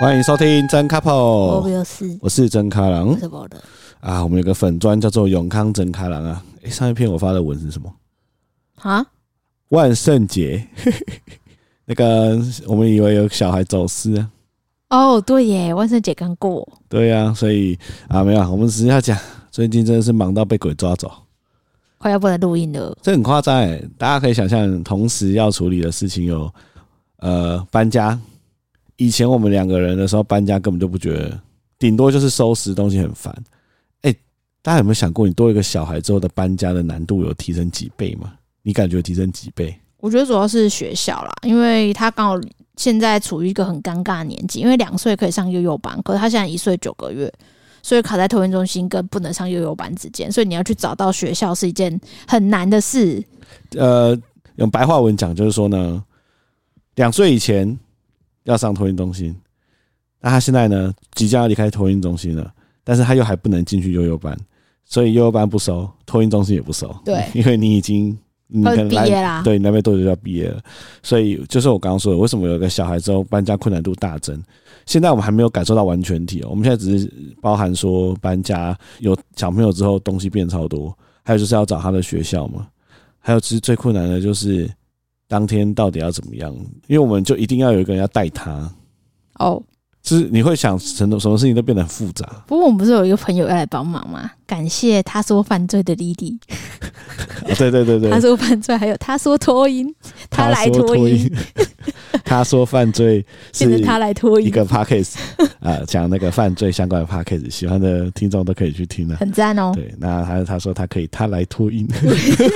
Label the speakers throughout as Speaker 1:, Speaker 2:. Speaker 1: 欢迎收听真 couple，
Speaker 2: 我没有事，
Speaker 1: 我是真开朗
Speaker 2: 什么的，
Speaker 1: 啊，我们有个粉砖叫做永康真开朗啊。诶，上一篇我发的文是什么？
Speaker 2: 啊？
Speaker 1: 万圣节， 那个我们以为有小孩走失啊，
Speaker 2: 哦，对耶，万圣节刚过，
Speaker 1: 对呀、啊，所以啊没有啊，我们只是要讲最近真的是忙到被鬼抓走，
Speaker 2: 快要不能录音了。
Speaker 1: 这很夸张哎，大家可以想象，同时要处理的事情有呃搬家。以前我们两个人的时候搬家根本就不觉得，顶多就是收拾东西很烦。哎、大家有没有想过，你多一个小孩之后的搬家的难度有提升几倍吗？你感觉有提升几倍？
Speaker 2: 我觉得主要是学校啦，因为他刚好现在处于一个很尴尬的年纪，因为两岁可以上幼幼班，可是他现在一岁九个月，所以卡在托运中心跟不能上幼幼班之间，所以你要去找到学校是一件很难的事。
Speaker 1: 呃，用白话文讲就是说呢，两岁以前要上托运中心，那他现在呢即将要离开托运中心了，但是他又还不能进去悠悠班，所以悠悠班不收，托运中心也不收，
Speaker 2: 对
Speaker 1: 因为你已经你可
Speaker 2: 快
Speaker 1: 能
Speaker 2: 毕
Speaker 1: 来
Speaker 2: 业啦，
Speaker 1: 嗯对，你那边多久就要毕业了，所以就是我刚刚说的，为什么有一个小孩之后搬家困难度大增？现在我们还没有感受到完全体哦，我们现在只是包含说搬家有小朋友之后东西变超多，还有就是要找他的学校嘛，还有其实最困难的就是当天到底要怎么样，因为我们就一定要有一个人要带他，
Speaker 2: 哦，
Speaker 1: 就是你会想什么什么事情都变得很复杂，啊
Speaker 2: 不过我们不是有一个朋友要来帮忙吗？感谢他说犯罪的莉莉，
Speaker 1: 哦对对对对
Speaker 2: 他，说犯罪，还有他说脱音，他来
Speaker 1: 说
Speaker 2: 脱音，，
Speaker 1: 他说犯罪
Speaker 2: 变
Speaker 1: 是
Speaker 2: 成他来脱
Speaker 1: 一
Speaker 2: 音，
Speaker 1: 个 podcast 啊、讲那个犯罪相关的 podcast，喜欢的听众都可以去听啊。
Speaker 2: 很赞哦。
Speaker 1: 对，那他他说他可以，他来脱音。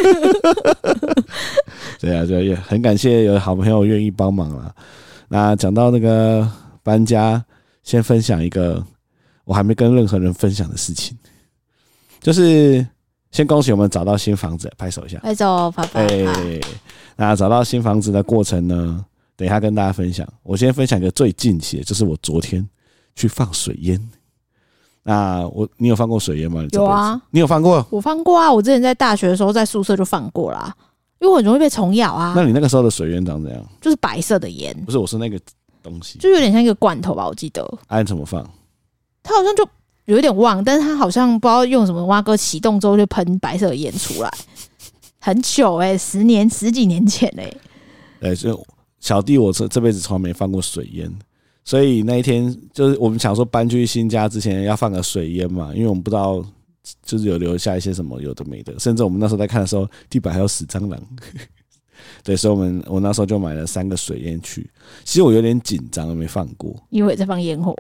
Speaker 1: 对啊，就也很感谢有好朋友愿意帮忙啦。那讲到那个搬家，先分享一个我还没跟任何人分享的事情，就是先恭喜我们找到新房子，拍手一下。
Speaker 2: 拍手，爸爸
Speaker 1: 哎、。那找到新房子的过程呢，等一下跟大家分享。我先分享一个最近期的，就是我昨天去放水烟。那我你有放过水烟吗？你这辈子
Speaker 2: 有啊，
Speaker 1: 你有放过？
Speaker 2: 我放过啊，我之前在大学的时候在宿舍就放过啦，因为我很容易被虫咬啊
Speaker 1: 那，你那个时候的水烟长怎样？
Speaker 2: 就是白色的盐，
Speaker 1: 不是，我是那个东西，
Speaker 2: 就有点像一个罐头吧，我记得
Speaker 1: 按怎么放？
Speaker 2: 它好像就有点忘，但是它好像不知道用什么蛙哥启动之后就喷白色的盐出来，很久哎、十年十几年前哎、
Speaker 1: 对，所以小弟我这这辈子从来没放过水烟，所以那一天就是我们想说搬去新家之前要放个水烟嘛，因为我们不知道就是有留下一些什么有的没的，甚至我们那时候在看的时候，地板还有死蟑螂。 对，所以我们我那时候就买了三个水烟去。其实我有点紧张，没放过。
Speaker 2: 因为我也在放烟火，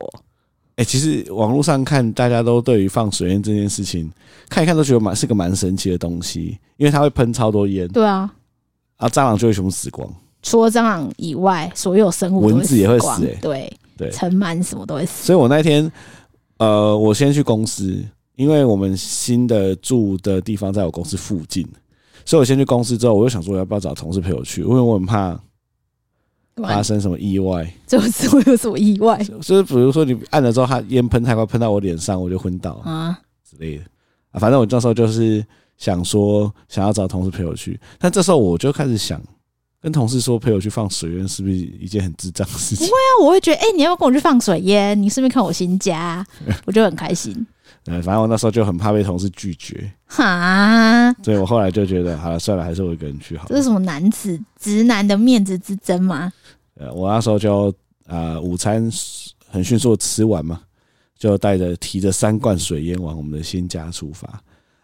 Speaker 1: 哎、其实网络上看，大家都对于放水烟这件事情看一看都觉得蛮是个蛮神奇的东西，因为它会喷超多烟，
Speaker 2: 对啊，
Speaker 1: 啊，蟑螂就会全部死光。
Speaker 2: 除了蟑螂以外，所有生物都
Speaker 1: 蚊子也会
Speaker 2: 光
Speaker 1: 死欸
Speaker 2: 对
Speaker 1: 对
Speaker 2: 尘螨什么都会死，
Speaker 1: 所以我那天，呃，我先去公司，因为我们新的住的地方在我公司附近，所以我先去公司之后，我就想说要不要找同事陪我去，因为我很怕发生什么意外，
Speaker 2: 就是会有什么意外
Speaker 1: 啊就是哦比如说你按了之后，它烟喷太快喷到我脸上，我就昏倒
Speaker 2: 啊，
Speaker 1: 之类的。啊，反正我那时候就是想说想要找同事陪我去，但这时候我就开始想，跟同事说陪我去放水源是不是一件很智障的事情？
Speaker 2: 那我会觉得，哎、你要不要跟我去放水烟？你顺便看我新家， 我就很开心。
Speaker 1: 呃，反正我那时候就很怕被同事拒绝，
Speaker 2: 哈，
Speaker 1: 所以我后来就觉得好了，算了，还是我一个人去好了。
Speaker 2: 这是什么男子直男的面子之争吗？
Speaker 1: 呃，我那时候就呃午餐很迅速地吃完嘛，就带着提着三罐水烟往我们的新家出发。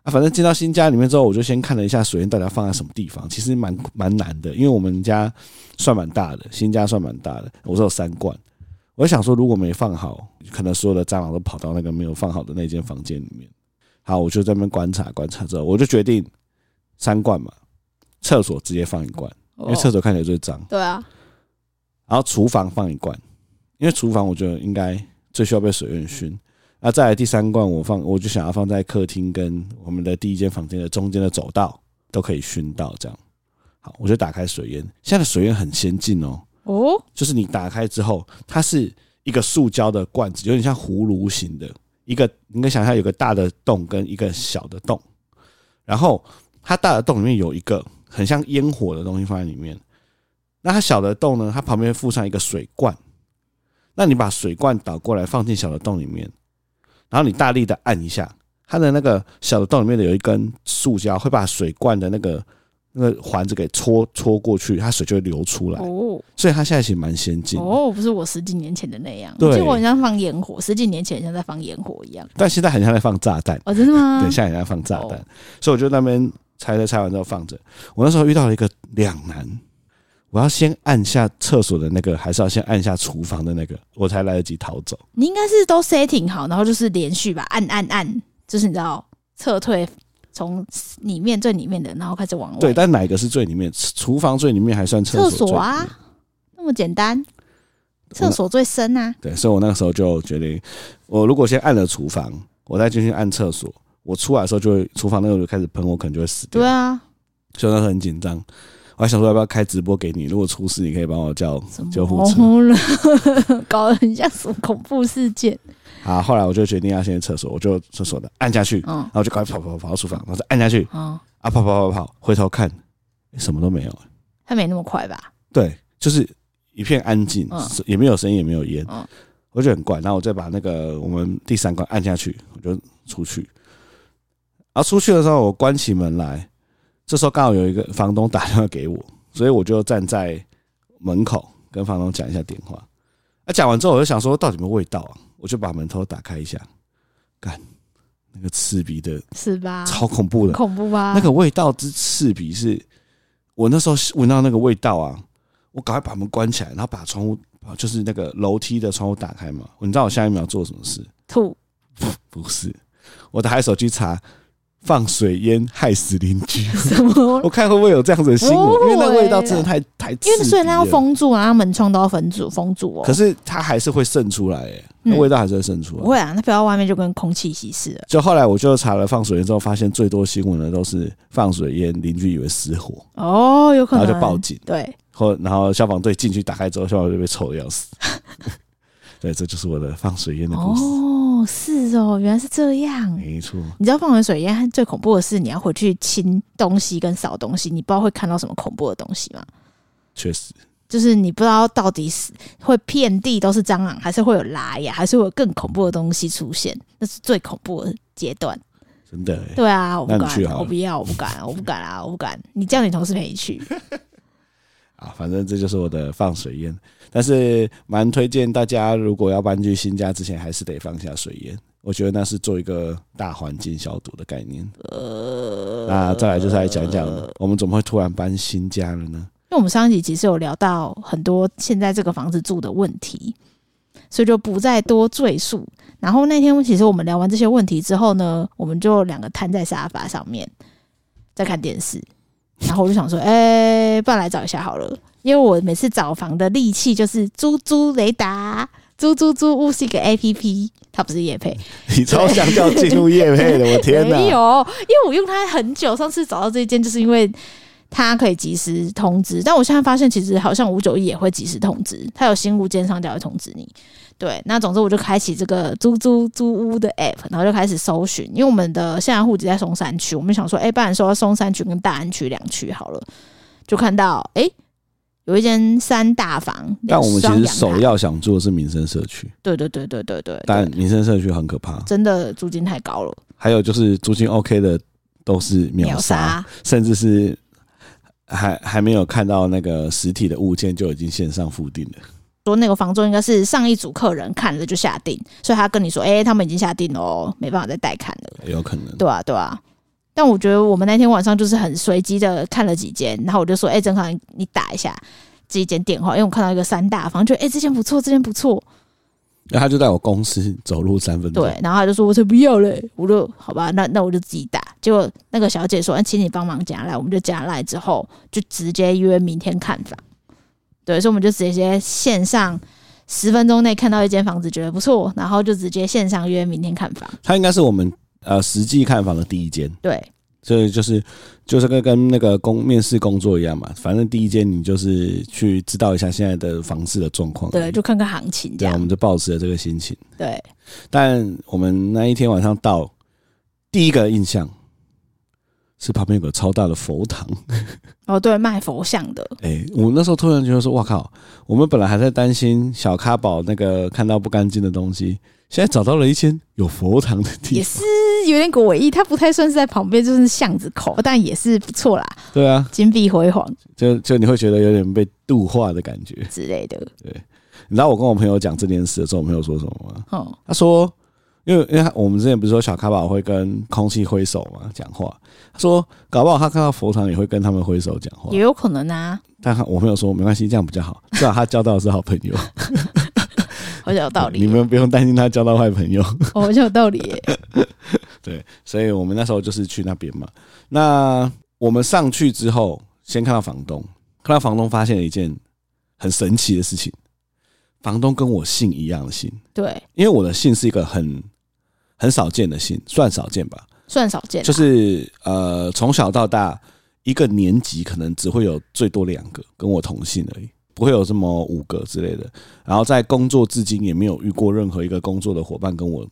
Speaker 1: 啊，反正进到新家里面之后，我就先看了一下水烟到底要放在什么地方，其实蛮蛮难的，因为我们家算蛮大的，新家算蛮大的，我是有三罐。我想说，如果没放好，可能所有的蟑螂都跑到那个没有放好的那间房间里面。好，我就在那边观察观察之后，我就决定三罐嘛，厕所直接放一罐，因为
Speaker 2: 哦
Speaker 1: 厕所看起来最脏，
Speaker 2: 对啊，
Speaker 1: 然后厨房放一罐，因为厨房我觉得应该最需要被水源熏。那再来第三罐，我放我就想要放在客厅跟我们的第一间房间的中间的走道都可以熏到，这样。好，我就打开水烟，现在的水烟很先进哦，
Speaker 2: 哦，
Speaker 1: 就是你打开之后，它是一个塑胶的罐子，有点像葫芦型的一个，你可以想象有个大的洞跟一个小的洞，然后它大的洞里面有一个很像烟火的东西放在里面，那它小的洞呢，它旁边附上一个水罐，那你把水罐倒过来放进小的洞里面，然后你大力的按一下，它的那个小的洞里面的有一根塑胶会把水罐的那个。那个环子给戳戳过去，它水就会流出来。
Speaker 2: 哦，
Speaker 1: 所以它现在其实蛮先进的，
Speaker 2: 哦，不是我十几年前的那样，
Speaker 1: 对
Speaker 2: 我记得我很像放烟火，十几年前很像在放烟火一样。
Speaker 1: 但现在很像在放炸弹，
Speaker 2: 哦，真的吗
Speaker 1: 对，？现在很像在放炸弹，
Speaker 2: 哦
Speaker 1: 所以我就那边拆拆拆完之后放着。我那时候遇到了一个两难，我要先按下厕所的那个，还是要先按下厨房的那个，我才来得及逃走。
Speaker 2: 你应该是都 setting 好，然后就是连续吧，按按按，就是你知道撤退从里面最里面的，然后开始往外。
Speaker 1: 对，但哪一个是最里面？厨房最里面还算厕
Speaker 2: 哦厕
Speaker 1: 所最
Speaker 2: 所
Speaker 1: 里
Speaker 2: 啊
Speaker 1: 面？，
Speaker 2: 那么简单，
Speaker 1: 我
Speaker 2: 厕所最深啊。
Speaker 1: 对，所以我那个时候就决定，我如果先按了厨房，我再进去按厕所，我出来的时候就会厨房那个就开始喷，我可能就会死掉。
Speaker 2: 对啊，
Speaker 1: 所以那时候很紧张，我还想说要不要开直播给你，如果出事你可以帮我叫
Speaker 2: 怎
Speaker 1: 救护车。
Speaker 2: 么了？ 搞得很像什么恐怖事件？
Speaker 1: 啊，后来我就决定要先去厕所，我就厕所的按下去，然
Speaker 2: 嗯
Speaker 1: 后我就赶快跑跑跑跑到厨房，然后再按下去，
Speaker 2: 嗯，
Speaker 1: 啊跑跑跑跑，回头看、诶什么都没有，
Speaker 2: 他没那么快吧？
Speaker 1: 对，就是一片安静，
Speaker 2: 嗯
Speaker 1: 也没有声音，也没有烟，
Speaker 2: 嗯
Speaker 1: 我就很怪。然后我再把那个我们第三关按下去，我就出去。然后出去的时候，我关起门来，这时候刚好有一个房东打电话给我，所以我就站在门口跟房东讲一下电话。啊，讲完之后，我就想说到底有没有味道啊？我就把门偷偷打开一下，干，那个刺鼻的，
Speaker 2: 是吧？
Speaker 1: 超恐怖的，
Speaker 2: 恐怖吧？
Speaker 1: 那个味道之刺鼻是，我那时候闻到那个味道啊，我赶快把门关起来，然后把窗户，啊就是那个楼梯的窗户打开嘛。你知道我下一秒做什么事？
Speaker 2: 吐
Speaker 1: 不是，我打开手机查，放水烟害死邻居。
Speaker 2: 什么
Speaker 1: 我？看会不会有这样子的新闻，
Speaker 2: 不
Speaker 1: 因为
Speaker 2: 会
Speaker 1: 那个味道真的太太刺
Speaker 2: 因为所以
Speaker 1: 鼻
Speaker 2: 那要
Speaker 1: 了，
Speaker 2: 封住，啊然后门窗都要封住，封住哦。
Speaker 1: 可是它还是会渗出来、欸，那
Speaker 2: 嗯
Speaker 1: 味道还是会渗出
Speaker 2: 不
Speaker 1: 来。
Speaker 2: 会啊，那飘到外面就跟空气稀释了。
Speaker 1: 就后来我就查了放水烟之后，发现最多新闻的都是放水烟，邻居以为失火，
Speaker 2: 哦，有可
Speaker 1: 然
Speaker 2: 能
Speaker 1: 后就报。警。
Speaker 2: 对，
Speaker 1: 后然后消防队进去打开之后，消防队被臭的要 死。对，这就是我的放水烟的故事。哎
Speaker 2: 哦，是哦，原来是这样。
Speaker 1: 没错，
Speaker 2: 你知道放完水烟最恐怖的是，你要回去清东西跟扫东西，你不知道会看到什么恐怖的东西吗？
Speaker 1: 确实，
Speaker 2: 就是你不知道到底是会遍地都是蟑螂，还是会有拉呀，还是会有更恐怖的东西出现，那是最恐怖的阶段。
Speaker 1: 真的欸。
Speaker 2: 对啊，我不
Speaker 1: 那你去
Speaker 2: 敢
Speaker 1: 好，了
Speaker 2: 我不要，我不敢，我不敢啊，我不敢。你叫你同事陪你去，
Speaker 1: 啊，反正这就是我的放水烟，但是蛮推荐大家，如果要搬去新家之前，还是得放下水烟。我觉得那是做一个大环境消毒的概念。
Speaker 2: 呃
Speaker 1: 那再来就是来讲讲，我们怎么会突然搬新家了呢？
Speaker 2: 因为我们上一集其实有聊到很多现在这个房子住的问题，所以就不再多赘述。然后那天其实我们聊完这些问题之后呢，我们就两个瘫在沙发上面在看电视，然后我就想说，哎、不然来找一下好了，因为我每次找房的利器就是猪猪雷达。猪猪租屋是一个 A P P，它不是夜配，
Speaker 1: 你超想要进入夜配的，我天哪！
Speaker 2: 没有，因为我用它很久，上次找到这一间就是因为它可以及时通知，但我现在发现其实好像五九一也会及时通知，它有新物件上才会通知你。对，那总之我就开启这个租租租屋的 app，然后就开始搜寻，因为我们的现在户籍在松山区，我们想说，哎、不然说松山区跟大安区两区好了，就看到哎、有一间三大房，
Speaker 1: 但我们其
Speaker 2: 两
Speaker 1: 实
Speaker 2: 双阳
Speaker 1: 首
Speaker 2: 台
Speaker 1: 要想做的是民生社区，
Speaker 2: 对对对对对对，对
Speaker 1: 但民生社区很可怕。
Speaker 2: 真的租金太高了，
Speaker 1: 还有就是租金 OK 的都是秒杀，
Speaker 2: 杀
Speaker 1: 甚至是还还没有看到那个实体的物件就已经线上付定了。
Speaker 2: 说那个房仲应该是上一组客人看了就下定，所以他跟你说，哎、他们已经下定了哦，没办法再带看了，
Speaker 1: 有可能
Speaker 2: 对啊，对啊。但我觉得我们那天晚上就是很随机的看了几间，然后我就说，哎、正好你打一下这一间电话，因为我看到一个三大房，觉得哎、这间不错，这间不错，
Speaker 1: 然后他就在我公司走路三分钟。
Speaker 2: 对，然后他就说：“我才不要嘞！”我就好吧，那那我就自己打。结果那个小姐说：“哎，请你帮忙加来。”我们就加来之后，就直接约明天看房。对，所以我们就直接线上十分钟内看到一间房子，觉得不错，然后就直接线上约明天看房。
Speaker 1: 他应该是我们呃实际看房的第一间，
Speaker 2: 对，
Speaker 1: 所以就是就是跟跟那个工面试工作一样嘛，反正第一间你就是去知道一下现在的房市的状况。
Speaker 2: 对，就看看行情
Speaker 1: 对
Speaker 2: 这
Speaker 1: 啊，我
Speaker 2: 样。
Speaker 1: 们就抱持了这个心情。
Speaker 2: 对，
Speaker 1: 但我们那一天晚上到，第一个印象是旁边有个超大的佛堂。
Speaker 2: 哦，对，卖佛像的，
Speaker 1: 哎、我那时候突然觉得说，哇靠！我们本来还在担心小咖宝那个看到不干净的东西，现在找到了一间有佛堂的地
Speaker 2: 也
Speaker 1: 方。
Speaker 2: 是有点诡异。它不太算是在旁边，就是巷子口，但也是不错啦，
Speaker 1: 对啊，
Speaker 2: 金碧辉煌
Speaker 1: 就就你会觉得有点被度化的感觉。
Speaker 2: 之类的。
Speaker 1: 你知道我跟我朋友讲这件事的时候，我朋友说什么吗？
Speaker 2: 哦，
Speaker 1: 他说，因为因为他我们之前不是说小咖宝会跟空气挥手嘛讲话，他说搞不好他看到佛堂也会跟他们挥手讲话
Speaker 2: 也。有可能啊。
Speaker 1: 但他我朋友说没关系，这样比较好，至少他交到的是好朋友，
Speaker 2: 好像有 道 理
Speaker 1: 你，们不用担心他交到坏朋友。
Speaker 2: 哦好像有道理耶。
Speaker 1: 对，所以我们那时候就是去那边嘛。那我们上去之后，先看到房东，看到房东发现了一件很神奇的事情，房东跟我姓一样的姓，
Speaker 2: 对，
Speaker 1: 因为我的姓是一个很很少见的姓，算少见吧，
Speaker 2: 算少见啦，
Speaker 1: 就是呃从小到大一个年级可能只会有最多两个跟我同姓而已。不会有这么五个之类的，然后在工作至今也没有遇过任何一个工作的伙伴跟我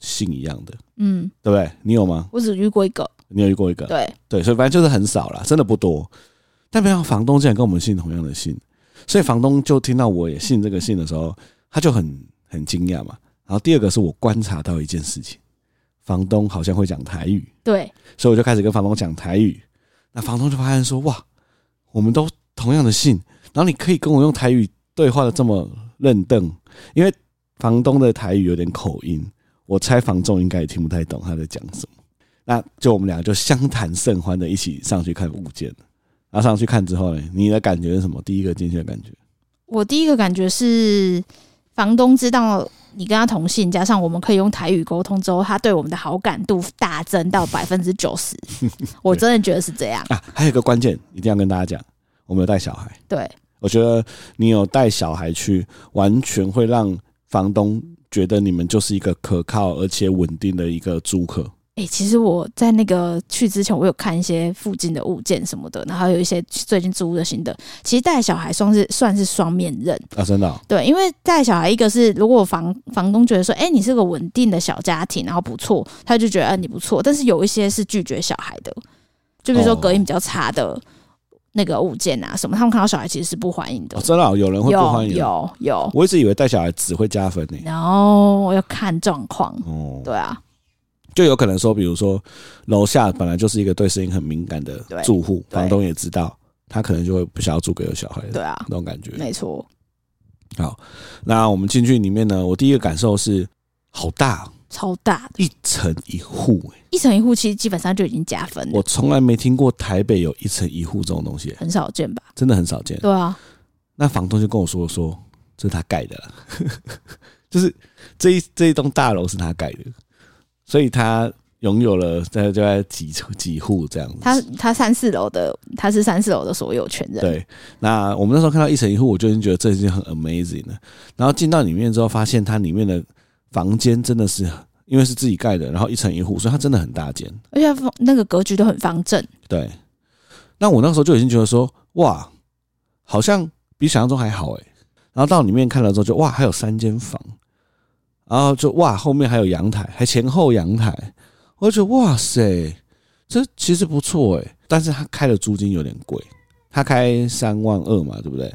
Speaker 1: 姓一样的，
Speaker 2: 嗯，
Speaker 1: 对不对？你有吗？
Speaker 2: 我只遇过一个，
Speaker 1: 你有遇过一个？
Speaker 2: 对，
Speaker 1: 对，所以反正就是很少啦，真的不多。但没想到房东竟然跟我们姓同样的姓，所以房东就听到我也姓这个姓的时候，他就很很惊讶嘛。然后第二个是我观察到一件事情，房东好像会讲台语，
Speaker 2: 对，
Speaker 1: 所以我就开始跟房东讲台语。那房东就发现说：“哇，我们都同样的姓，然后你可以跟我用台语对话的这么认凳，因为房东的台语有点口音，我猜房仲应该也听不太懂他在讲什么。”那就我们两个就相谈甚欢的一起上去看物件了。然后上去看之后呢，你的感觉是什么？第一个进去的感觉，
Speaker 2: 我第一个感觉是房东知道你跟他同姓，加上我们可以用台语沟通之后，他对我们的好感度大增到百分之九 十，我真的觉得是这样。
Speaker 1: 啊，还有一个关键一定要跟大家讲，我们有带小孩。
Speaker 2: 对，
Speaker 1: 我觉得你有带小孩去，完全会让房东觉得你们就是一个可靠而且稳定的一个租客。
Speaker 2: 诶，其实我在那个去之前，我有看一些附近的物件什么的，然后有一些最近租屋的新的，其实带小孩算是算是双面刃，
Speaker 1: 啊，真的哦、
Speaker 2: 对，因为带小孩，一个是如果房房东觉得说，哎、你是个稳定的小家庭，然后不错，他就觉得、呃、你不错。但是有一些是拒绝小孩的，就比如说
Speaker 1: 哦
Speaker 2: 隔音比较差的那个物件啊什么，他们看到小孩其实是不欢迎的。
Speaker 1: 哦真的哦、有人会不
Speaker 2: 有
Speaker 1: 欢迎。嗯
Speaker 2: 有有，
Speaker 1: 我一直以为带小孩只会加分呢、
Speaker 2: 然后要看状况，
Speaker 1: 哦，
Speaker 2: 对啊，
Speaker 1: 就有可能说，比如说楼下本来就是一个对声音很敏感的
Speaker 2: 对
Speaker 1: 住户，
Speaker 2: 对
Speaker 1: 房东也知道，他可能就会不想要租给有小孩的
Speaker 2: 对啊，
Speaker 1: 那种感觉。
Speaker 2: 没错，
Speaker 1: 好，那我们进去里面呢，我第一个感受是好大哦，
Speaker 2: 超大的，
Speaker 1: 一层一户、欸，
Speaker 2: 一层一户其实基本上就已经加分了，
Speaker 1: 我从来没听过台北有一层一户这种东西、欸
Speaker 2: 很少见吧？
Speaker 1: 真的很少见。
Speaker 2: 对啊，
Speaker 1: 那房东就跟我说说，这是他盖的啦， 就是这一这一栋大楼是他盖的，所以他拥有了大概就在几几户这样子。
Speaker 2: 他他三四楼的，他是三四楼的所有权人，
Speaker 1: 对，那我们那时候看到一层一户，我就已经觉得这已经很 amazing 了。然后进到里面之后，发现它里面的房间真的是因为是自己盖的，然后一层一户，所以它真的很大间。
Speaker 2: 而且房那个格局都很方正，
Speaker 1: 对，那我那时候就已经觉得说，哇，好像比想象中还好哎。然后到里面看了之后就，哇，还有三间房，然后就哇，后面还有阳台，还前后阳台，我就觉得哇塞，这其实不错哎。但是他开的租金有点贵，他开三万二嘛，对不对？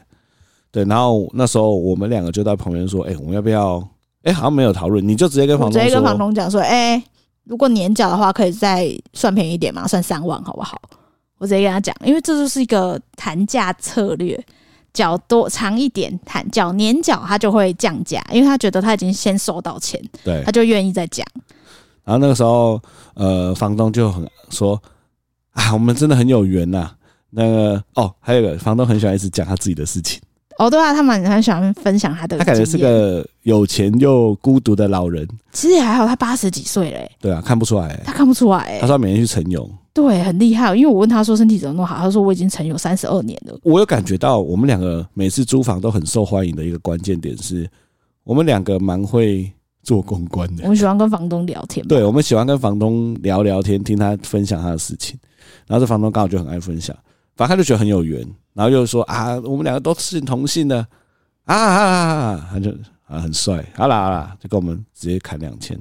Speaker 1: 对，然后那时候我们两个就在旁边说，哎、我们要不要？哎、好像没有讨论，你就直接跟
Speaker 2: 我
Speaker 1: 房
Speaker 2: 直
Speaker 1: 东
Speaker 2: 接
Speaker 1: 说，
Speaker 2: 跟房东讲说，哎、如果年缴的话，可以再算便宜一点嘛，算三万好不好？我直接跟他讲，因为这就是一个谈价策略，缴多长一点，谈缴年缴他就会降价，因为他觉得他已经先收到钱，
Speaker 1: 对
Speaker 2: 他，就愿意再讲。
Speaker 1: 然后那个时候，呃，房东就很说啊，我们真的很有缘呐、那个哦，还有一个房东很喜欢一直讲他自己的事情，
Speaker 2: 哦，对啊，他蛮很喜欢分享他的
Speaker 1: 他感觉是
Speaker 2: 经验
Speaker 1: 个有钱又孤独的老人，
Speaker 2: 其实也还好，他八十几岁嘞、
Speaker 1: 对啊，看不出来、欸
Speaker 2: 他看不出来、欸
Speaker 1: 他。说他每天去晨泳，
Speaker 2: 对，很厉害。因为我问他说身体怎么那么好，他说我已经成有三十二年了。
Speaker 1: 我有感觉到我们两个每次租房都很受欢迎的一个关键点是，我们两个蛮会做公关的
Speaker 2: 我。们喜欢跟房东聊天嘛，
Speaker 1: 对，我们喜欢跟房东聊聊天，听他分享他的事情。然后这房东刚好就很爱分享，反正他就觉得很有缘，然后又说啊，我们两个都是同性的啊啊啊啊啊，他就啊很帅，好啦好啦，就跟我们直接砍两千，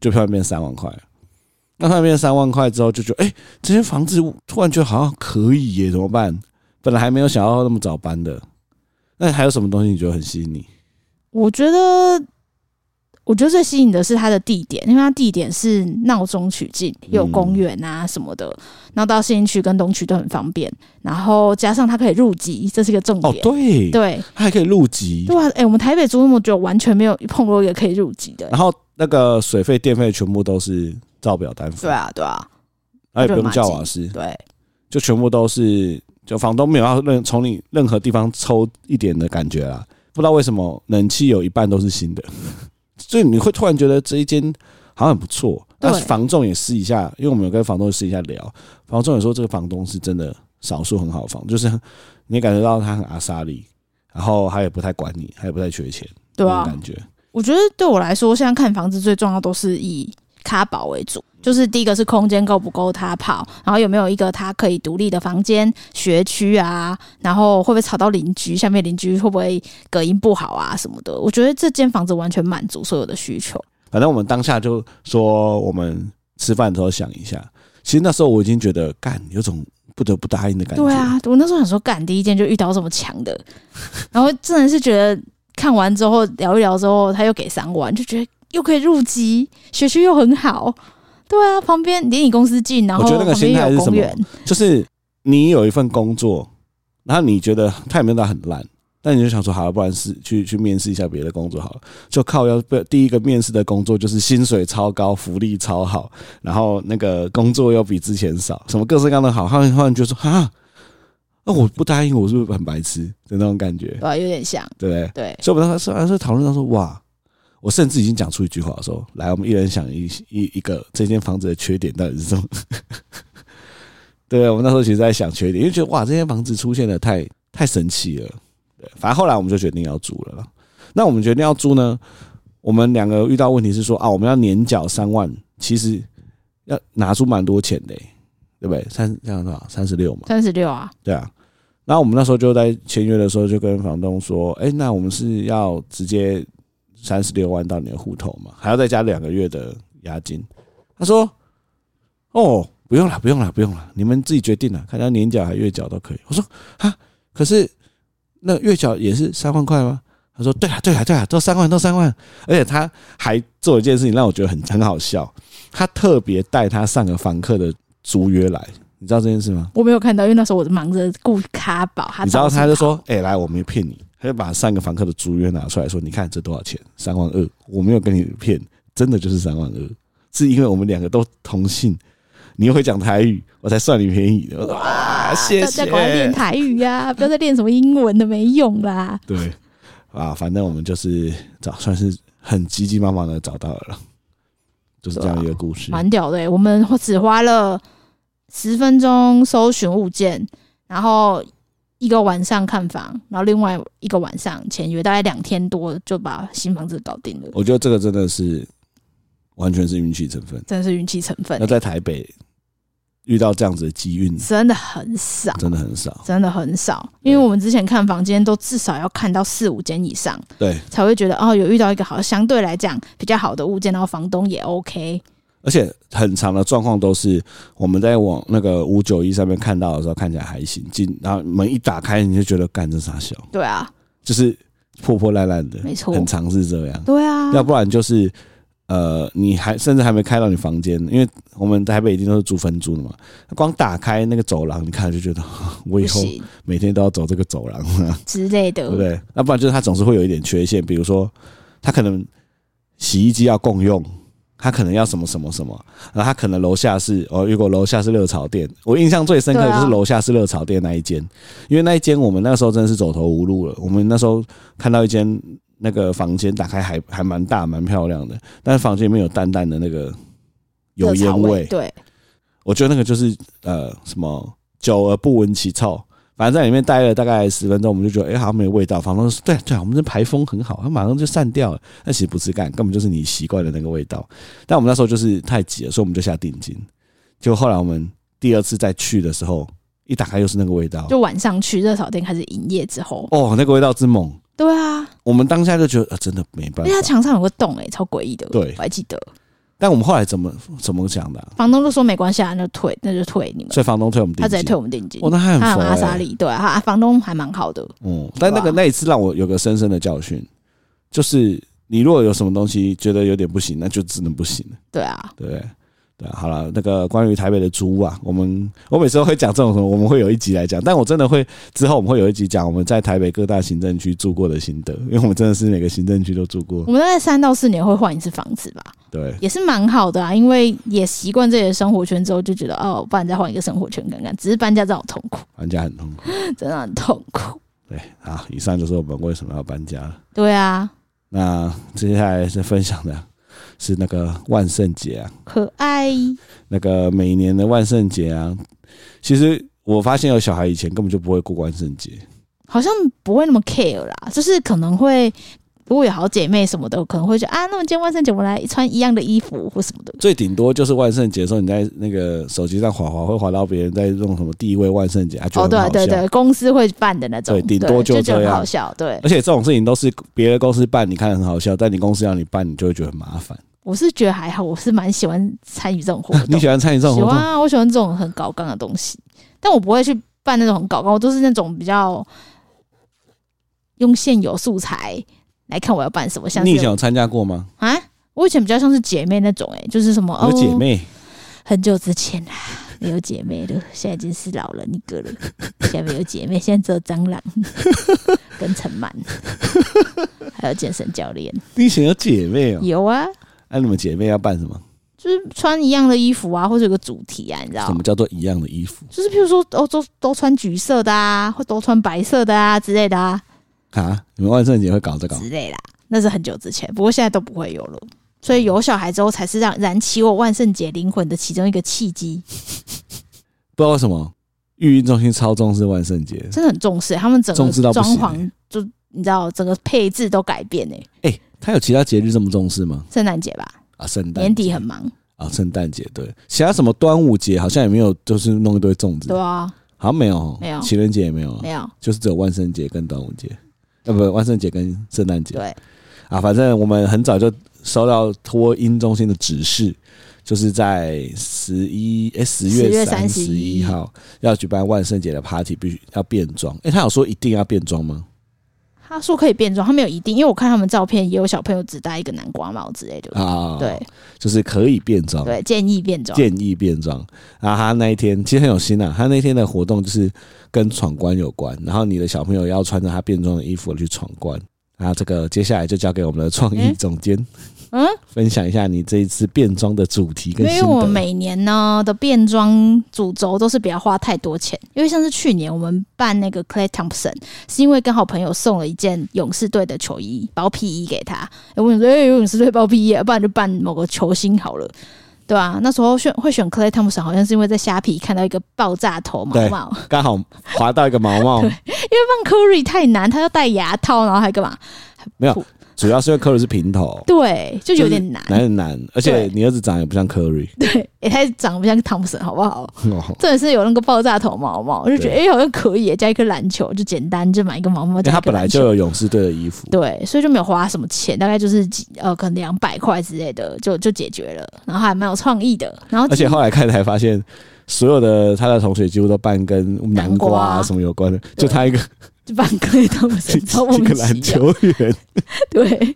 Speaker 1: 就票变三万块了。那票变三万块之后，就觉得哎、这间房子突然觉得好像可以耶，怎么办？本来还没有想要那么早搬的。那还有什么东西你觉得很吸引你？
Speaker 2: 我觉得，我觉得最吸引的是它的地点，因为它地点是闹中取静，有公园啊什么的，然后到新区跟东区都很方便，然后加上它可以入籍，这是一个重
Speaker 1: 哦，
Speaker 2: 点。
Speaker 1: 对，
Speaker 2: 对
Speaker 1: 它还可以入籍，
Speaker 2: 对啊，哎、我们台北租那么久，完全没有碰过一个可以入籍的。
Speaker 1: 然后那个水费、电费全部都是照表单付，
Speaker 2: 对，啊，对啊，
Speaker 1: 而且
Speaker 2: 就
Speaker 1: 不用
Speaker 2: 蛮
Speaker 1: 叫
Speaker 2: 近
Speaker 1: 瓦斯，
Speaker 2: 对，
Speaker 1: 就全部都是就房东没有要任从你任何地方抽一点的感觉啦。不知道为什么冷气有一半都是新的， 所以你会突然觉得这一间好像很不错。
Speaker 2: 对
Speaker 1: 但是房仲也试一下，因为我们有跟房东试一下聊，房仲也说这个房东是真的少数很好的房，就是你也感觉到他很阿莎利，然后他也不太管你，他也不太缺钱，
Speaker 2: 对
Speaker 1: 那
Speaker 2: 啊
Speaker 1: 种，感觉。
Speaker 2: 我觉得对我来说，现在看房子最重要都是以咖宝为主，就是第一个是空间够不够他跑，然后有没有一个他可以独立的房间、学区啊，然后会不会吵到邻居，下面邻居会不会隔音不好啊什么的。我觉得这间房子完全满足所有的需求。
Speaker 1: 反正我们当下就说，我们吃饭的时候想一下。其实那时候我已经觉得，干有种不得不答应的感觉。
Speaker 2: 对，啊，我那时候想说，干第一间就遇到这么强的， 然后真的是觉得看完之后聊一聊之后，他又给三万，就觉得又可以入籍，学区又很好。对啊，旁边离你公司近，然后
Speaker 1: 我觉得那个
Speaker 2: 旁边
Speaker 1: 心态
Speaker 2: 又
Speaker 1: 是
Speaker 2: 有
Speaker 1: 什
Speaker 2: 公
Speaker 1: 么
Speaker 2: 园，
Speaker 1: 就是你有一份工作，然后你觉得他也没有到很烂，但你就想说，好了，不然是去去面试一下别的工作好了。就靠要不第一个面试的工作就是薪水超高，福利超好，然后那个工作又比之前少，什么各式各样的好，他们他们就说啊，那、我不答应，我是不是很白痴的那种感觉，
Speaker 2: 对、啊，有点像，
Speaker 1: 对不对？
Speaker 2: 对，
Speaker 1: 所以我们当时当时讨论到说，哇，我甚至已经讲出一句话说，来，我们一人想一一一个这间房子的缺点到底是什么？ 对，啊我们那时候其实在想缺点，因为觉得哇，这间房子出现的太太神奇了。对，反正后来我们就决定要租了啦。那我们决定要租呢，我们两个遇到问题是说啊，我们要年缴三万，其实要拿出蛮多钱的、欸对不对？三这样多少？三十六嘛。
Speaker 2: 三十六啊，
Speaker 1: 对啊。然后我们那时候就在签约的时候就跟房东说，哎、那我们是要直接三十六万到你的户头嘛，还要再加两个月的押金。他说，哦，不用了，不用了，不用了，你们自己决定了，看要年缴还月缴都可以。我说，啊，可是那月缴也是三万块吗？他说，对啊，对啊，对啊，都三万，都三万。而且他还做一件事情让我觉得很很好笑，他特别带他上个房客的租约来，你知道这件事吗？
Speaker 2: 我没有看到，因为那时候我忙着顾咖宝，他
Speaker 1: 你知道
Speaker 2: 到处
Speaker 1: 他就
Speaker 2: 跑
Speaker 1: 说：“哎、来，我没骗你。”他就把上个房客的租约拿出来说：“你看这多少钱？三万二，我没有跟你骗，真的就是三万二，是因为我们两个都同性，你又会讲台语，我才算你便宜的。”我说：“啊，谢
Speaker 2: 大
Speaker 1: 谢
Speaker 2: 家。赶快练台语呀、不要再练什么英文的，没用啦。”
Speaker 1: 对，啊，反正我们就是找，算是很急急忙忙的找到了，就是这样一个故事。
Speaker 2: 啊蛮屌的欸、我们只花了十分钟搜寻物件，然后一个晚上看房，然后另外一个晚上签约，大概两天多就把新房子搞定了，
Speaker 1: 我觉得这个真的是完全是运气成分。
Speaker 2: 真的是运气成分
Speaker 1: 那
Speaker 2: 欸、
Speaker 1: 在台北遇到这样子的机运，
Speaker 2: 真的很少，
Speaker 1: 真的很少。
Speaker 2: 真的很少。啊因为我们之前看房间都至少要看到四五间以上，
Speaker 1: 对，
Speaker 2: 才会觉得哦，有遇到一个好相对来讲比较好的物件，然后房东也 OK，
Speaker 1: 而且很长的状况都是我们在往那个五九一上面看到的时候，看起来还行，进然后门一打开，你就觉得干这傻小，
Speaker 2: 对啊，
Speaker 1: 就是破破烂烂的，
Speaker 2: 没错
Speaker 1: 很常是这样。
Speaker 2: 对啊，
Speaker 1: 要不然就是呃，你还甚至还没开到你房间，因为我们台北一定都是租分租的嘛，光打开那个走廊，你看就觉得 我
Speaker 2: 不
Speaker 1: 以后
Speaker 2: 行
Speaker 1: 每天都要走这个走廊，
Speaker 2: 之类的，
Speaker 1: 对不对？要不然就是它总是会有一点缺陷，比如说它可能洗衣机要共用，他可能要什么什么什么，然后他可能楼下是哦，如果楼下是热炒店，我印象最深刻的就是
Speaker 2: 对啊
Speaker 1: 楼下是热炒店那一间，因为那一间我们那时候真的是走投无路了，我们那时候看到一间那个房间打开还还蛮大蛮漂亮的，但是房间里面有淡淡的那个油
Speaker 2: 热炒
Speaker 1: 烟味，
Speaker 2: 对，
Speaker 1: 我觉得那个就是呃什么久而不闻其臭，反正在里面待了大概十分钟，我们就觉得哎、好像没有味道。房东说对对啊，我们这排风很好，它马上就散掉了。那其实不是干，根本就是你习惯的那个味道。但我们那时候就是太急了，所以我们就下定金。就后来我们第二次再去的时候，一打开又是那个味道，
Speaker 2: 就晚上去热炒店开始营业之后，
Speaker 1: 哦，那个味道之猛，
Speaker 2: 对啊，
Speaker 1: 我们当下就觉得、啊、真的没办
Speaker 2: 因为
Speaker 1: 法。
Speaker 2: 他墙上有个洞哎、超诡异的，
Speaker 1: 对
Speaker 2: 我还记得。
Speaker 1: 但我们后来怎么怎么讲的啊、
Speaker 2: 房东就说没关系啊，那就退，那就退你们，
Speaker 1: 所以房东退我们定
Speaker 2: 他直接
Speaker 1: 金
Speaker 2: 退。我们定金。
Speaker 1: 哦，那他很
Speaker 2: 他
Speaker 1: 佛、
Speaker 2: 很阿莎
Speaker 1: 欸。
Speaker 2: 莉，对啊，他房东还蛮好的，
Speaker 1: 嗯，但那个
Speaker 2: 对吧
Speaker 1: 那一次让我有个深深的教训，就是你如果有什么东西觉得有点不行，那就真的不行了，
Speaker 2: 对啊，
Speaker 1: 对不对？对啊，好了，那个关于台北的租屋啊，我们我每次都会讲这种什么，我们会有一集来讲，但我真的会之后我们会有一集讲我们在台北各大行政区住过的心得，因为我们真的是每个行政区都住过
Speaker 2: 我，们大概三到四年会换一次房子吧，
Speaker 1: 对
Speaker 2: 也是蛮好的啊，因为也习惯自己的生活圈之后，就觉得哦，不然再换一个生活圈看看。只是搬家真的好痛苦，
Speaker 1: 搬家很痛苦。
Speaker 2: 真的很痛苦。
Speaker 1: 对，好，以上就是我们为什么要搬家了。
Speaker 2: 对啊，
Speaker 1: 那接下来是分享的是那个万圣节啊，
Speaker 2: 可爱，
Speaker 1: 那个每年的万圣节啊，其实我发现有小孩以前根本就不会过万圣节，
Speaker 2: 好像不会那么 care 啦，就是可能会。如果有好姐妹什么的，可能会觉得啊，那么今天万圣节我们来穿一样的衣服或什么的。
Speaker 1: 最顶多就是万圣节的时候，你在那个手机上滑滑，会滑到别人在用什么地位万圣节，啊，觉
Speaker 2: 哦，
Speaker 1: 得很
Speaker 2: 对
Speaker 1: 好
Speaker 2: 对
Speaker 1: 笑
Speaker 2: 对，公司会办的那种，
Speaker 1: 对顶
Speaker 2: 对
Speaker 1: 多就
Speaker 2: 就
Speaker 1: 这
Speaker 2: 觉得
Speaker 1: 样哎
Speaker 2: 很好笑。对，啊
Speaker 1: 而且这种事情都是别的公司办，你看很好笑，但你公司让你办，你就会觉得很麻烦。
Speaker 2: 我是觉得还好，我是蛮喜欢参与这种活动。
Speaker 1: 你喜欢参与这种
Speaker 2: 喜
Speaker 1: 活
Speaker 2: 欢
Speaker 1: 动？
Speaker 2: 啊，我喜欢这种很搞纲的东西，但我不会去办那种很搞纲，我都是那种比较用现有素材来看我要办什么，像
Speaker 1: 你以前
Speaker 2: 是
Speaker 1: 有参加过吗？
Speaker 2: 啊，我以前比较像是姐妹那种、欸，就是什么
Speaker 1: 有姐、
Speaker 2: 哦，
Speaker 1: 妹，
Speaker 2: 很久之前啦、没有姐妹了，现在已经是老人一个了， 现在没有姐妹，现在只有蟑螂 跟陈 满，还有健身教练，
Speaker 1: 你以前有姐妹哦、
Speaker 2: 有啊。
Speaker 1: 那、你们姐妹要办什么？
Speaker 2: 就是穿一样的衣服啊，或者有个主题啊，你知道
Speaker 1: 什么叫做一样的衣服
Speaker 2: 就是譬如说，哦，都都穿橘色的啊，或都穿白色的啊之类的啊
Speaker 1: 啊？你们万圣节会搞这搞？
Speaker 2: 之类啦。啊那是很久之前，不过现在都不会有了。所以有小孩之后，才是让燃起我万圣节灵魂的其中一个契机。
Speaker 1: 不知道为什么，育婴中心超重视万圣节，
Speaker 2: 真的很重视、他们整
Speaker 1: 重
Speaker 2: 个
Speaker 1: 视到
Speaker 2: 装
Speaker 1: 不行欸
Speaker 2: 潢就你知道，整个配置都改变呢、欸
Speaker 1: 哎、他有其他节日这么重视吗？
Speaker 2: 圣诞节吧，
Speaker 1: 啊，圣诞
Speaker 2: 年底
Speaker 1: 节
Speaker 2: 很忙，
Speaker 1: 啊，圣诞节对，其他什么端午节好像也没有，就是弄一堆粽子
Speaker 2: 对，啊，
Speaker 1: 好像没有哦，
Speaker 2: 没有
Speaker 1: 情人节也没有哦，
Speaker 2: 没有
Speaker 1: 就是只有万圣节跟端午节，呃，不，万圣节跟圣诞节
Speaker 2: 对，
Speaker 1: 啊，反正我们很早就收到托婴中心的指示。就是在十一哎十
Speaker 2: 10
Speaker 1: 月
Speaker 2: 月
Speaker 1: 三十一
Speaker 2: 31
Speaker 1: 号要举办万圣节的 party，必须要变装。哎、他有说一定要变装吗？
Speaker 2: 他说可以变装，他没有一定，因为我看他们照片也有小朋友只戴一个南瓜帽之类的，
Speaker 1: 啊，
Speaker 2: 对
Speaker 1: 就是可以变装。
Speaker 2: 对，建议变装，
Speaker 1: 建议变装。然后他那一天其实很有心啊，他那天的活动就是跟闯关有关，然后你的小朋友要穿着他变装的衣服去闯关。那这个接下来就交给我们的创意
Speaker 2: 嗯
Speaker 1: 总监、
Speaker 2: 嗯，
Speaker 1: 分享一下你这一次变装的主题跟
Speaker 2: 因
Speaker 1: 心
Speaker 2: 为我们
Speaker 1: 得。
Speaker 2: 每年呢的变装主轴都是不要花太多钱，因为像是去年我们办那个 Clay Thompson，是因为刚好朋友送了一件勇士队的球衣包皮衣给他，我问你说，哎、勇士队包皮衣啊，不然就办某个球星好了。对啊，那时候选会选 Clay Thompson，好像是因为在虾皮看到一个爆炸头毛
Speaker 1: 对
Speaker 2: 毛，
Speaker 1: 刚好划到一个毛 毛，
Speaker 2: 但 Curry 太难，他要戴牙套，然后还干嘛？
Speaker 1: 主要是因为 Curry 是平头，
Speaker 2: 对，就有点难。
Speaker 1: 难很难，而且
Speaker 2: 对
Speaker 1: 你儿子长得也不像 Curry，
Speaker 2: 对，也太长得不像 Thompson，好不好？
Speaker 1: 哦
Speaker 2: 真的是有那个爆炸头毛毛，我就觉得哎、
Speaker 1: 对
Speaker 2: 诶好像可以耶加一颗篮球，就简单就买一个毛毛
Speaker 1: 因为
Speaker 2: 加
Speaker 1: 他
Speaker 2: 一个
Speaker 1: 本来
Speaker 2: 篮
Speaker 1: 就
Speaker 2: 球。
Speaker 1: 有勇士队的衣服，
Speaker 2: 对，所以就没有花什么钱，大概就是几呃，可能两百块之类的就就解决了，然后还蛮有创意的。然后
Speaker 1: 而且
Speaker 2: 今
Speaker 1: 后来看才发现，所有的他的同学几乎都扮跟南
Speaker 2: 南
Speaker 1: 瓜啊
Speaker 2: 瓜
Speaker 1: 什么有关的，就
Speaker 2: 对
Speaker 1: 他 一个
Speaker 2: 就办个他们身超 莫
Speaker 1: 一个
Speaker 2: 名
Speaker 1: 篮
Speaker 2: 其妙，
Speaker 1: 球员，
Speaker 2: 对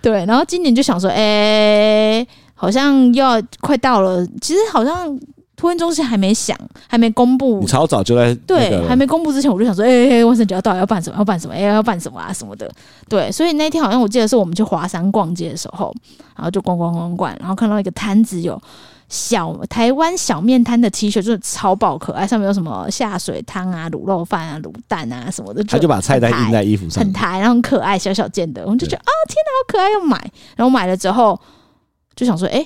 Speaker 2: 对。然后今年就想说，哎、好像要快到了，其实好像托运中心还没想，还没公布
Speaker 1: 你，超早就在那个
Speaker 2: 嗯对，
Speaker 1: 了
Speaker 2: 还没公布之前，我就想说，哎、哎、哎万圣节要到底要办什么？要办什么？哎、要办什么啊？什么的。对，所以那天好像我记得是我们去华山逛街的时候，然后就逛逛逛逛，然后看到一个摊子有小台湾小面摊的 T 恤，就是超爆可爱，上面有什么下水汤啊、卤肉饭啊、卤蛋啊什么的，
Speaker 1: 他就把菜单
Speaker 2: 很
Speaker 1: 印在衣服上
Speaker 2: 很，台，然后很可爱，小小件的，我们就觉得啊、天哪，好可爱，要买。然后买了之后就想说，哎、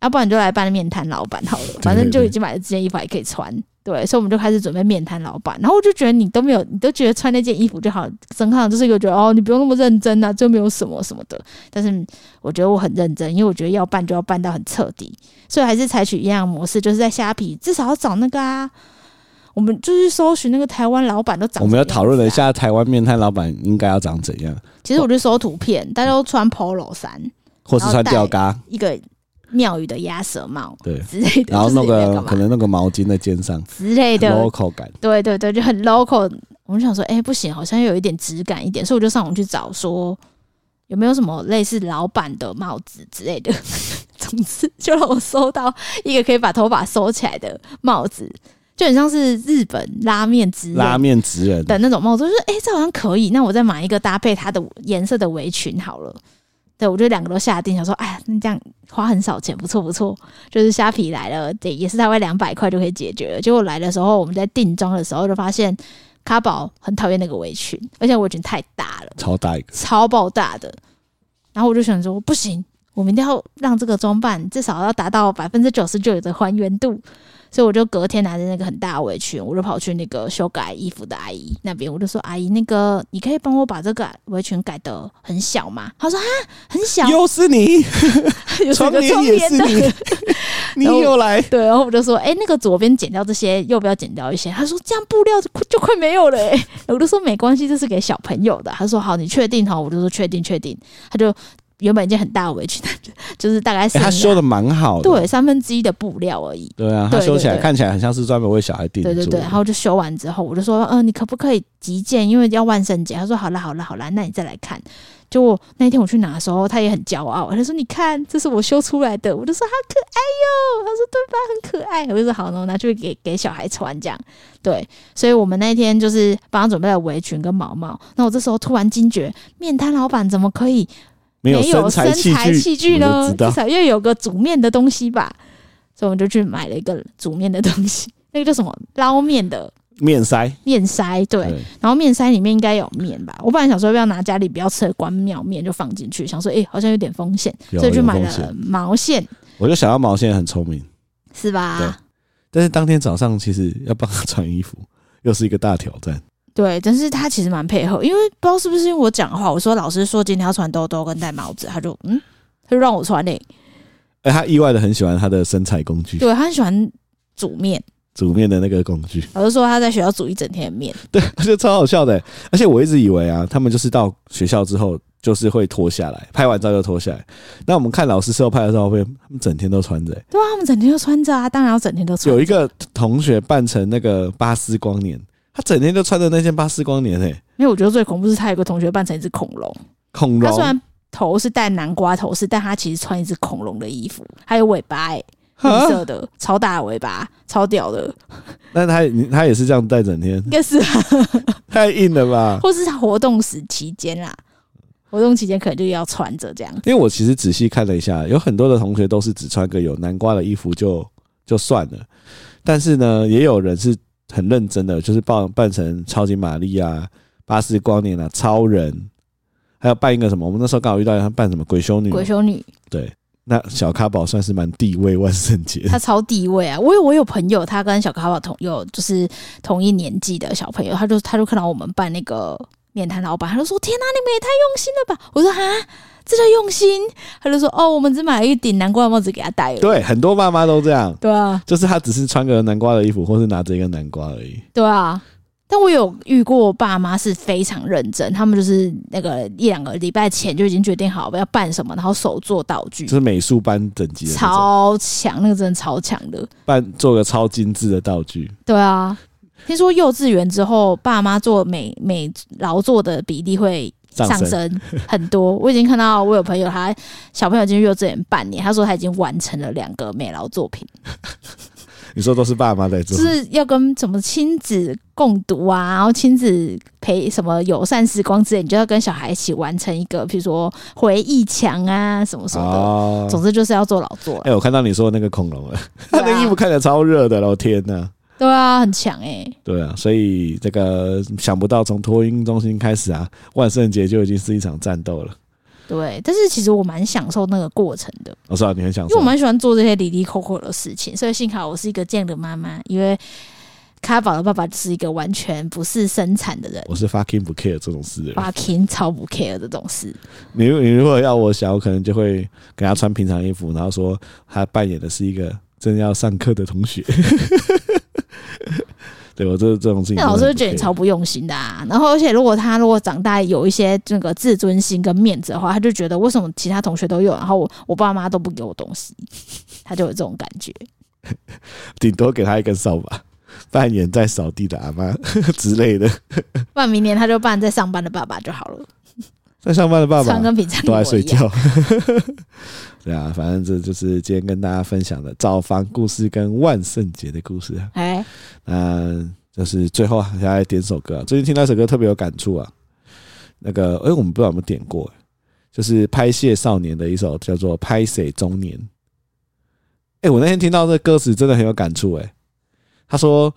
Speaker 2: 要、不然就来扮面摊老板好了，反正就已经买了这件衣服还可以穿。对，所以我们就开始准备面摊老板。然后我就觉得你都没有，你都觉得穿那件衣服就好，身上就是一个觉得哦，你不用那么认真啊，就没有什么什么的。但是我觉得我很认真，因为我觉得要办就要办到很彻底，所以还是采取一样的模式，就是在虾皮至少要找那个啊。我们就是搜寻那个台湾老板都长、
Speaker 1: 我们要讨论
Speaker 2: 啊
Speaker 1: 了一。下台湾面摊老板应该要长怎样，
Speaker 2: 其实我就搜图片，大家都穿 polo 衫，
Speaker 1: 或是
Speaker 2: 然后
Speaker 1: 穿
Speaker 2: 戴
Speaker 1: 吊嘎，
Speaker 2: 一个庙宇的鸭舌帽
Speaker 1: 对，
Speaker 2: 之类的，
Speaker 1: 然后
Speaker 2: 就是
Speaker 1: 弄
Speaker 2: 也没有
Speaker 1: 个
Speaker 2: 干嘛
Speaker 1: 可能弄个毛巾在肩上
Speaker 2: 之类的，
Speaker 1: ，local 感。
Speaker 2: 对对对，就很 local。我们想说，哎、不行，好像有一点质感一点，所以我就上网去找说有没有什么类似老板的帽子之类的。 总之，就让我搜到一个可以把头发收起来的帽子，就很像是日本拉面之类的
Speaker 1: 拉面职人，
Speaker 2: 的那种帽子，我就说哎、诶这好像可以，那我再买一个搭配它的颜色的围裙好了。对，我就两个都下定，想说，哎呀，那这样花很少钱，不错不错。就是虾皮来了，对，也是大概两百块就可以解决了。结果来的时候，我们在定妆的时候就发现，卡宝很讨厌那个围裙，而且围裙太大了，
Speaker 1: 超大一个，
Speaker 2: 超爆大的。然后我就想说，不行，我们一定要让这个装扮至少要达到百分之九十九的还原度。所以我就隔天拿着那个很大的围裙，我就跑去那个修改衣服的阿姨那边，我就说：“阿姨，那个你可以帮我把这个围裙改的很小吗？”她说：“啊，很小，
Speaker 1: 又是你，
Speaker 2: 有这
Speaker 1: 窗
Speaker 2: 个
Speaker 1: 帘也是
Speaker 2: 的。
Speaker 1: 你， 你
Speaker 2: 然后
Speaker 1: 又 来，
Speaker 2: 对，然后我就说，哎、那个左边剪掉这些，右边要剪掉一些。他说这样布料就快就快没有了、欸， 我就说没关系，这是给小朋友的。他说好，你确定哈？我就说确定确定。他就原本一件很大的围裙，就是大概是、
Speaker 1: 欸他修的蛮好的，
Speaker 2: 对三分之一的布料而已。
Speaker 1: 对啊，
Speaker 2: 对
Speaker 1: 他修起来
Speaker 2: 对对
Speaker 1: 看起来很像是专门为小孩定
Speaker 2: 对
Speaker 1: 做
Speaker 2: 对
Speaker 1: 的，
Speaker 2: 对，然后就修完之后，我就说，嗯、你可不可以急件？因为要万圣节。他说好啦好啦好啦，那你再来看。结果那天我去拿的时候，他也很骄傲，他说你看，这是我修出来的。我就说好可爱哟，他说对吧，很可爱。我就说好，那我拿去给给小孩穿这样。对，所以我们那天就是帮他准备了围裙跟毛毛。那我这时候突然惊觉，面摊老板怎么可以
Speaker 1: 没有
Speaker 2: 有
Speaker 1: 材
Speaker 2: 身材
Speaker 1: 具，
Speaker 2: 器具
Speaker 1: 我就
Speaker 2: 呢？
Speaker 1: 知
Speaker 2: 至
Speaker 1: 道
Speaker 2: 少要有个煮面的东西吧。所以我们就去买了一个煮面的东西， 那个叫什么捞面的
Speaker 1: 面塞，
Speaker 2: 面筛，对。
Speaker 1: 对，
Speaker 2: 然后面筛里面应该有面吧？我本来想说要不要拿家里不要吃的关庙面就放进去，想说诶好像有点风险，
Speaker 1: 有
Speaker 2: 所以就买
Speaker 1: 有风
Speaker 2: 了
Speaker 1: 险
Speaker 2: 毛线，
Speaker 1: 我就想到毛线很聪明，
Speaker 2: 是吧？
Speaker 1: 但是当天早上其实要帮他穿衣服， 又是一个大挑战。
Speaker 2: 对，但是他其实蛮配合，因为不知道是不是因为我讲话，我说老师说今天要穿兜兜跟戴帽子，他就嗯，他就让我穿嘞、
Speaker 1: 哎，他意外的很喜欢他的身材工具，
Speaker 2: 对他很喜欢煮面，
Speaker 1: 煮面的那个工具，
Speaker 2: 老师说他在学校煮一整天的面，
Speaker 1: 对，我觉得超好笑的。欸而且我一直以为啊，他们就是到学校之后就是会脱下来，拍完照就脱下来。那我们看老师社拍的照片，他们整天都穿着、欸
Speaker 2: 对啊，他们整天都穿着啊，当然要整天都穿
Speaker 1: 有。一个同学扮成那个巴斯光年，他整天就穿着那件巴斯光年、欸，
Speaker 2: 因为我觉得最恐怖是他有个同学扮成一只恐龙。
Speaker 1: 恐
Speaker 2: 他虽
Speaker 1: 龙。
Speaker 2: 然头是戴南瓜头饰，但他其实穿一只恐龙的衣服，还有尾巴、欸，绿
Speaker 1: 啊
Speaker 2: 色的，超大的尾巴，超屌的，
Speaker 1: 那他他也是这样戴整天，
Speaker 2: 应该是、啊，
Speaker 1: 太硬了吧？
Speaker 2: 或是他活动时期间啦，活动期间可能就要穿着这样。
Speaker 1: 因为我其实仔细看了一下，有很多的同学都是只穿个有南瓜的衣服就就算了，但是呢，也有人是很认真的，就是扮扮成超级玛丽啊、巴斯光年啊、超人，还有扮一个什么？我们那时候刚好遇到他扮什么鬼修女，啊
Speaker 2: 鬼修女
Speaker 1: 对。那小咖宝算是蛮地位万圣节的，
Speaker 2: 她超地位啊，我有我有朋友，他跟小卡宝同有就是同一年纪的小朋友，他就他就看到我们办那个面谈老板，他就说：“天哪、你们也太用心了吧！”我说：“哈，这叫用心。”他就说：“哦，我们只买了一顶南瓜帽子给他戴了。”
Speaker 1: 对，很多妈妈都这样，
Speaker 2: 对啊，
Speaker 1: 就是她只是穿个南瓜的衣服，或是拿着一个南瓜而已。
Speaker 2: 对啊，但我有遇过我爸妈是非常认真，他们就是那个一两个礼拜前就已经决定好要办什么，然后手做道具
Speaker 1: 就，是美术班等级的那种，
Speaker 2: 超强，那个真的超强的。
Speaker 1: 扮做个超精致的道具，
Speaker 2: 对啊，听说幼稚园之后，爸妈做美美劳作的比例会
Speaker 1: 上
Speaker 2: 上
Speaker 1: 身
Speaker 2: 升很多。我已经看到我有朋友他小朋友进入幼稚园半年，他说他已经完成了两个美劳作品，
Speaker 1: 你说都是爸妈在做
Speaker 2: 就，是要跟什么亲子共读啊，然后亲子陪什么友善时光之类，你就要跟小孩一起完成一个，比如说回忆墙啊什么什么的。
Speaker 1: 哦
Speaker 2: 总之就是要做啊老做了
Speaker 1: 哎、，我看到你说的那个恐龙了，他
Speaker 2: 对啊
Speaker 1: 的衣服看起来超热的，我天呐！
Speaker 2: 对啊，很强哎、
Speaker 1: 对啊，所以这个想不到从托婴中心开始啊，万圣节就已经是一场战斗了。
Speaker 2: 对。但是其实我蛮享受那个过程的，
Speaker 1: 我哦知道你很想
Speaker 2: 因为
Speaker 1: 说
Speaker 2: 我，蛮喜欢做这些离离扣扣的事情，所以幸好我是一个这样的妈妈，因为卡宝的爸爸是一个完全不是生产的人。
Speaker 1: 我是 fucking 不 care 这种事的人。
Speaker 2: fucking 超不 care 这种事，
Speaker 1: 你如你如果要我想，我可能就会给他穿平常衣服，然后说他扮演的是一个正要上课的同学。 对我这这种事情，
Speaker 2: 那老师会觉得你超。不用心的啊。然后，而且如果他如果长大有一些这个自尊心跟面子的话，他就觉得为什么其他同学都有，然后我我爸妈都不给我东西，他就有这种感觉。
Speaker 1: 顶多给他一根扫把， 扮演在扫地的阿妈 之类的，
Speaker 2: 不然明年他就扮在上班的爸爸就好了，
Speaker 1: 在上班的爸爸
Speaker 2: 穿跟平常一
Speaker 1: 都
Speaker 2: 模
Speaker 1: 在
Speaker 2: 一
Speaker 1: 睡
Speaker 2: 样。
Speaker 1: 觉。 对啊，反正这就是今天跟大家分享的找房故事跟万圣节的故事啊。
Speaker 2: 哎、
Speaker 1: 那就是最后还要来点首歌、啊，最近听到一首歌特别有感触啊。那个，哎、我们不知道有没有点过、就是拍谢少年的一首叫做《拍谁中年》。哎、我那天听到这歌词真的很有感触。哎，他说：“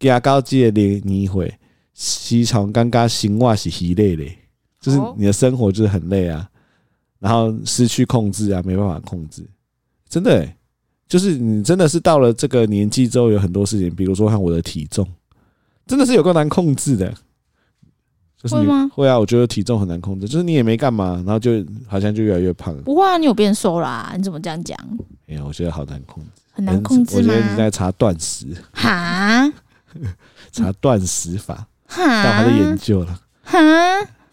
Speaker 1: 牙膏界连你会，西床刚刚行哇是疲累嘞，就是
Speaker 2: 哦
Speaker 1: 你的生活就是很累啊，然后失去控制啊，没办法控制，真的、欸。”就是你真的是到了这个年纪之后，有很多事情，比如说看我的体重，真的是有够难控制的。就是你
Speaker 2: 会吗
Speaker 1: 会啊，我觉得体重很难控制，就是你也没干嘛，然后就好像就越来越胖。
Speaker 2: 不会啊，你有变瘦啦？你怎么这样讲？
Speaker 1: 哎呀，我觉得好难控制，
Speaker 2: 很难控制
Speaker 1: 哎我
Speaker 2: 吗
Speaker 1: 觉？得你在查断食，
Speaker 2: 哈
Speaker 1: 查断食法，
Speaker 2: 啊
Speaker 1: 到他的研
Speaker 2: 哈
Speaker 1: 究了。
Speaker 2: 哈，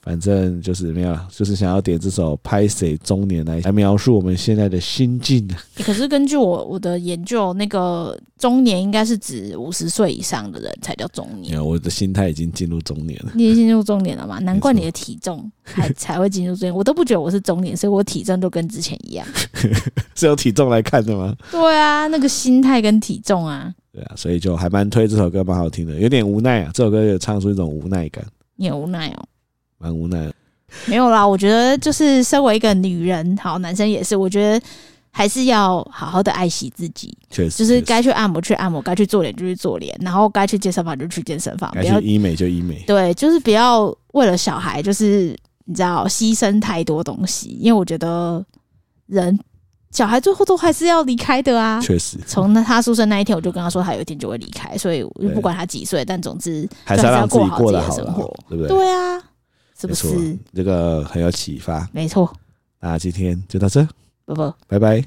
Speaker 1: 反正就是没有了，就是想要点这首《拍谁中年》来来描述我们现在的心境。
Speaker 2: 欸可是根据我我的研究，那个中年应该是指五十岁以上的人才叫中
Speaker 1: 没
Speaker 2: 年。
Speaker 1: 有，我的心态已经进入中年了。
Speaker 2: 你已经进入中年了嘛？难怪
Speaker 1: 没错
Speaker 2: 你的体重 还才会进入中年。我都不觉得我是中年，所以我体重都跟之前一 样。
Speaker 1: 是由体重来看的吗？
Speaker 2: 对啊，那个心态跟体重啊，
Speaker 1: 对啊，所以就还蛮推这首歌，蛮好听的，有点无奈啊。这首歌有唱出一种无奈感，
Speaker 2: 你很无奈哦。
Speaker 1: 蛮无奈的。
Speaker 2: 没有啦，我觉得就是身为一个女人，好男生也是，我觉得还是要好好的爱惜自己，
Speaker 1: 确实，
Speaker 2: 就是
Speaker 1: 确实
Speaker 2: 该去按摩去按摩，该去做脸就去做脸，然后该去健身房就去健身房，
Speaker 1: 该
Speaker 2: 不要
Speaker 1: 去医美就医美。
Speaker 2: 对，就是不要为了小孩，就是你知道牺牲太多东西，因为我觉得人小孩最后都还是要离开的啊。
Speaker 1: 确实，
Speaker 2: 从那他出生那一天，我就跟他说，他有一天就会离开，所以我就
Speaker 1: 对
Speaker 2: 不管他几岁，但总之，
Speaker 1: 还是要让自己
Speaker 2: 还是要过好
Speaker 1: 得
Speaker 2: 自
Speaker 1: 好
Speaker 2: 己的
Speaker 1: 啦
Speaker 2: 生活
Speaker 1: 对不对？
Speaker 2: 对啊，是不
Speaker 1: 没
Speaker 2: 是
Speaker 1: 错？这个很有启发。
Speaker 2: 没错，
Speaker 1: 那今天就到这，
Speaker 2: 不不。
Speaker 1: 拜拜。